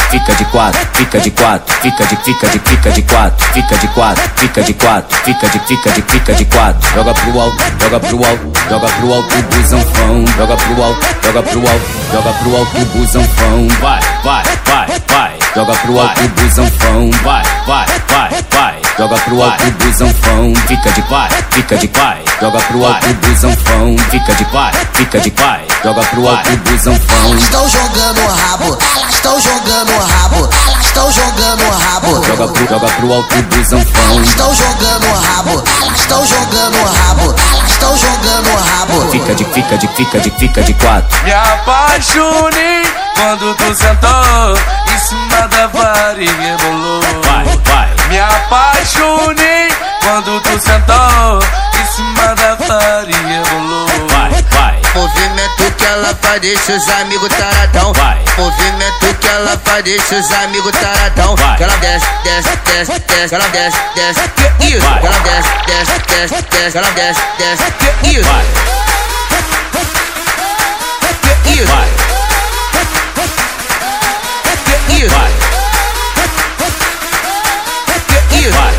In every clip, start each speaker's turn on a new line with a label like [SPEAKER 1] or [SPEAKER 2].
[SPEAKER 1] quatro, fica de quatro, fica de fica de fica de quatro, fica de quatro, fica de quatro, fica de fica de fica de quatro. Joga pro alto, joga pro alto, joga pro alto busanfão, joga pro alto, joga pro alto, joga pro alto busanfão. Vai, vai, vai, vai, joga pro alto busanfão. Vai, vai, vai, vai, joga pro alto busanfão. Fica de quatro, fica de quatro, joga pro alto busanfão. Fica de quatro, fica de quatro, joga pro alto busanfão.
[SPEAKER 2] Elas estão jogando o rabo, elas estão jogando o rabo, elas estão jogando o rabo.
[SPEAKER 1] Joga pro, joga pro alto busanfão.
[SPEAKER 2] Elas estão jogando o rabo, elas estão jogando o rabo, elas estão jogando o rabo.
[SPEAKER 1] Fica de, fica de, fica de, fica de quatro.
[SPEAKER 3] Me apaixonei quando tu sentou em cima da varinha bolou.
[SPEAKER 1] Vai, vai,
[SPEAKER 3] Me apaixonei quando tu sentou em cima da varinha bolou.
[SPEAKER 1] vai, vai,
[SPEAKER 4] Movimento que ela faz deixa os amigos taradão.
[SPEAKER 1] Vai.
[SPEAKER 4] Movimento que ela faz deixa os amigos taradão.
[SPEAKER 1] Vai.
[SPEAKER 4] Que ela desce, desce, desce, desce. Que ela desce, desce. Que isso?
[SPEAKER 1] Vai.
[SPEAKER 4] Que ela desce, desce, desce, desce. Que ela desce, desce. Que isso?
[SPEAKER 1] vai,
[SPEAKER 4] Que isso?
[SPEAKER 1] vai,
[SPEAKER 4] Que isso?
[SPEAKER 1] vai,
[SPEAKER 4] Que isso?
[SPEAKER 1] vai.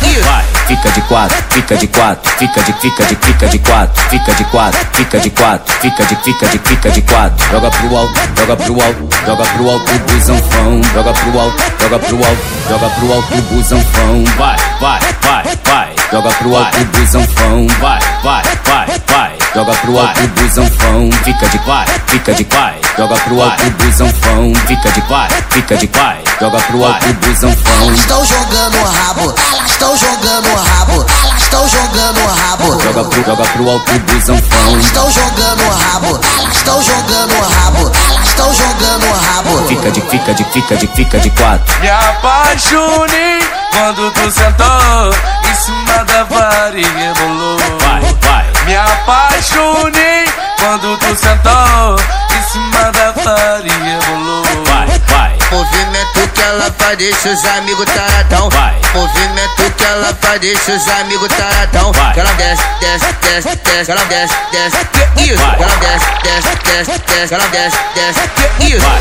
[SPEAKER 4] Que isso?
[SPEAKER 1] vai. Fica de quatro, fica de quatro, fica de fica de fica de quatro, fica de quatro, fica de quatro, fica de fica de fica de quatro. Joga pro alto, joga pro alto, joga pro alto busanfão, joga pro alto, joga pro alto, joga pro alto busanfão. Vai, vai, vai, vai. Joga pro alto busanfão, vai, vai, vai, vai. Joga pro alto busanfão, fica de quatro, fica de quatro, joga pro alto busanfão, fica de quatro, fica de quatro, joga pro alto busanfão.
[SPEAKER 2] Elas estão jogando o rabo, elas estão jogando o rabo, elas estão jogando o rabo.
[SPEAKER 1] Joga pro, joga pro alto busanfão.
[SPEAKER 2] Elas estão jogando o rabo, elas estão jogando o rabo, elas estão jogando o rabo.
[SPEAKER 1] Fica de fica de fica de fica de quatro.
[SPEAKER 3] Me apaixonei quando tu sentou em cima da varinha bolou.
[SPEAKER 1] Vai, vai,
[SPEAKER 3] Me apaixonei quando tu sentou em cima da varinha bolou.
[SPEAKER 1] vai, vai,
[SPEAKER 4] Movimento que ela faz deixa os amigos taradão.
[SPEAKER 1] Vai.
[SPEAKER 4] Movimento que ela faz deixa os amigos taradão.
[SPEAKER 1] Vai.
[SPEAKER 4] Que ela desce, desce, desce, desce. Que ela desce, desce. Que isso?
[SPEAKER 1] Vai.
[SPEAKER 4] Que ela desce, desce, desce, desce. Que ela desce, desce. Que isso?
[SPEAKER 1] vai,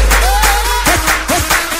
[SPEAKER 4] Que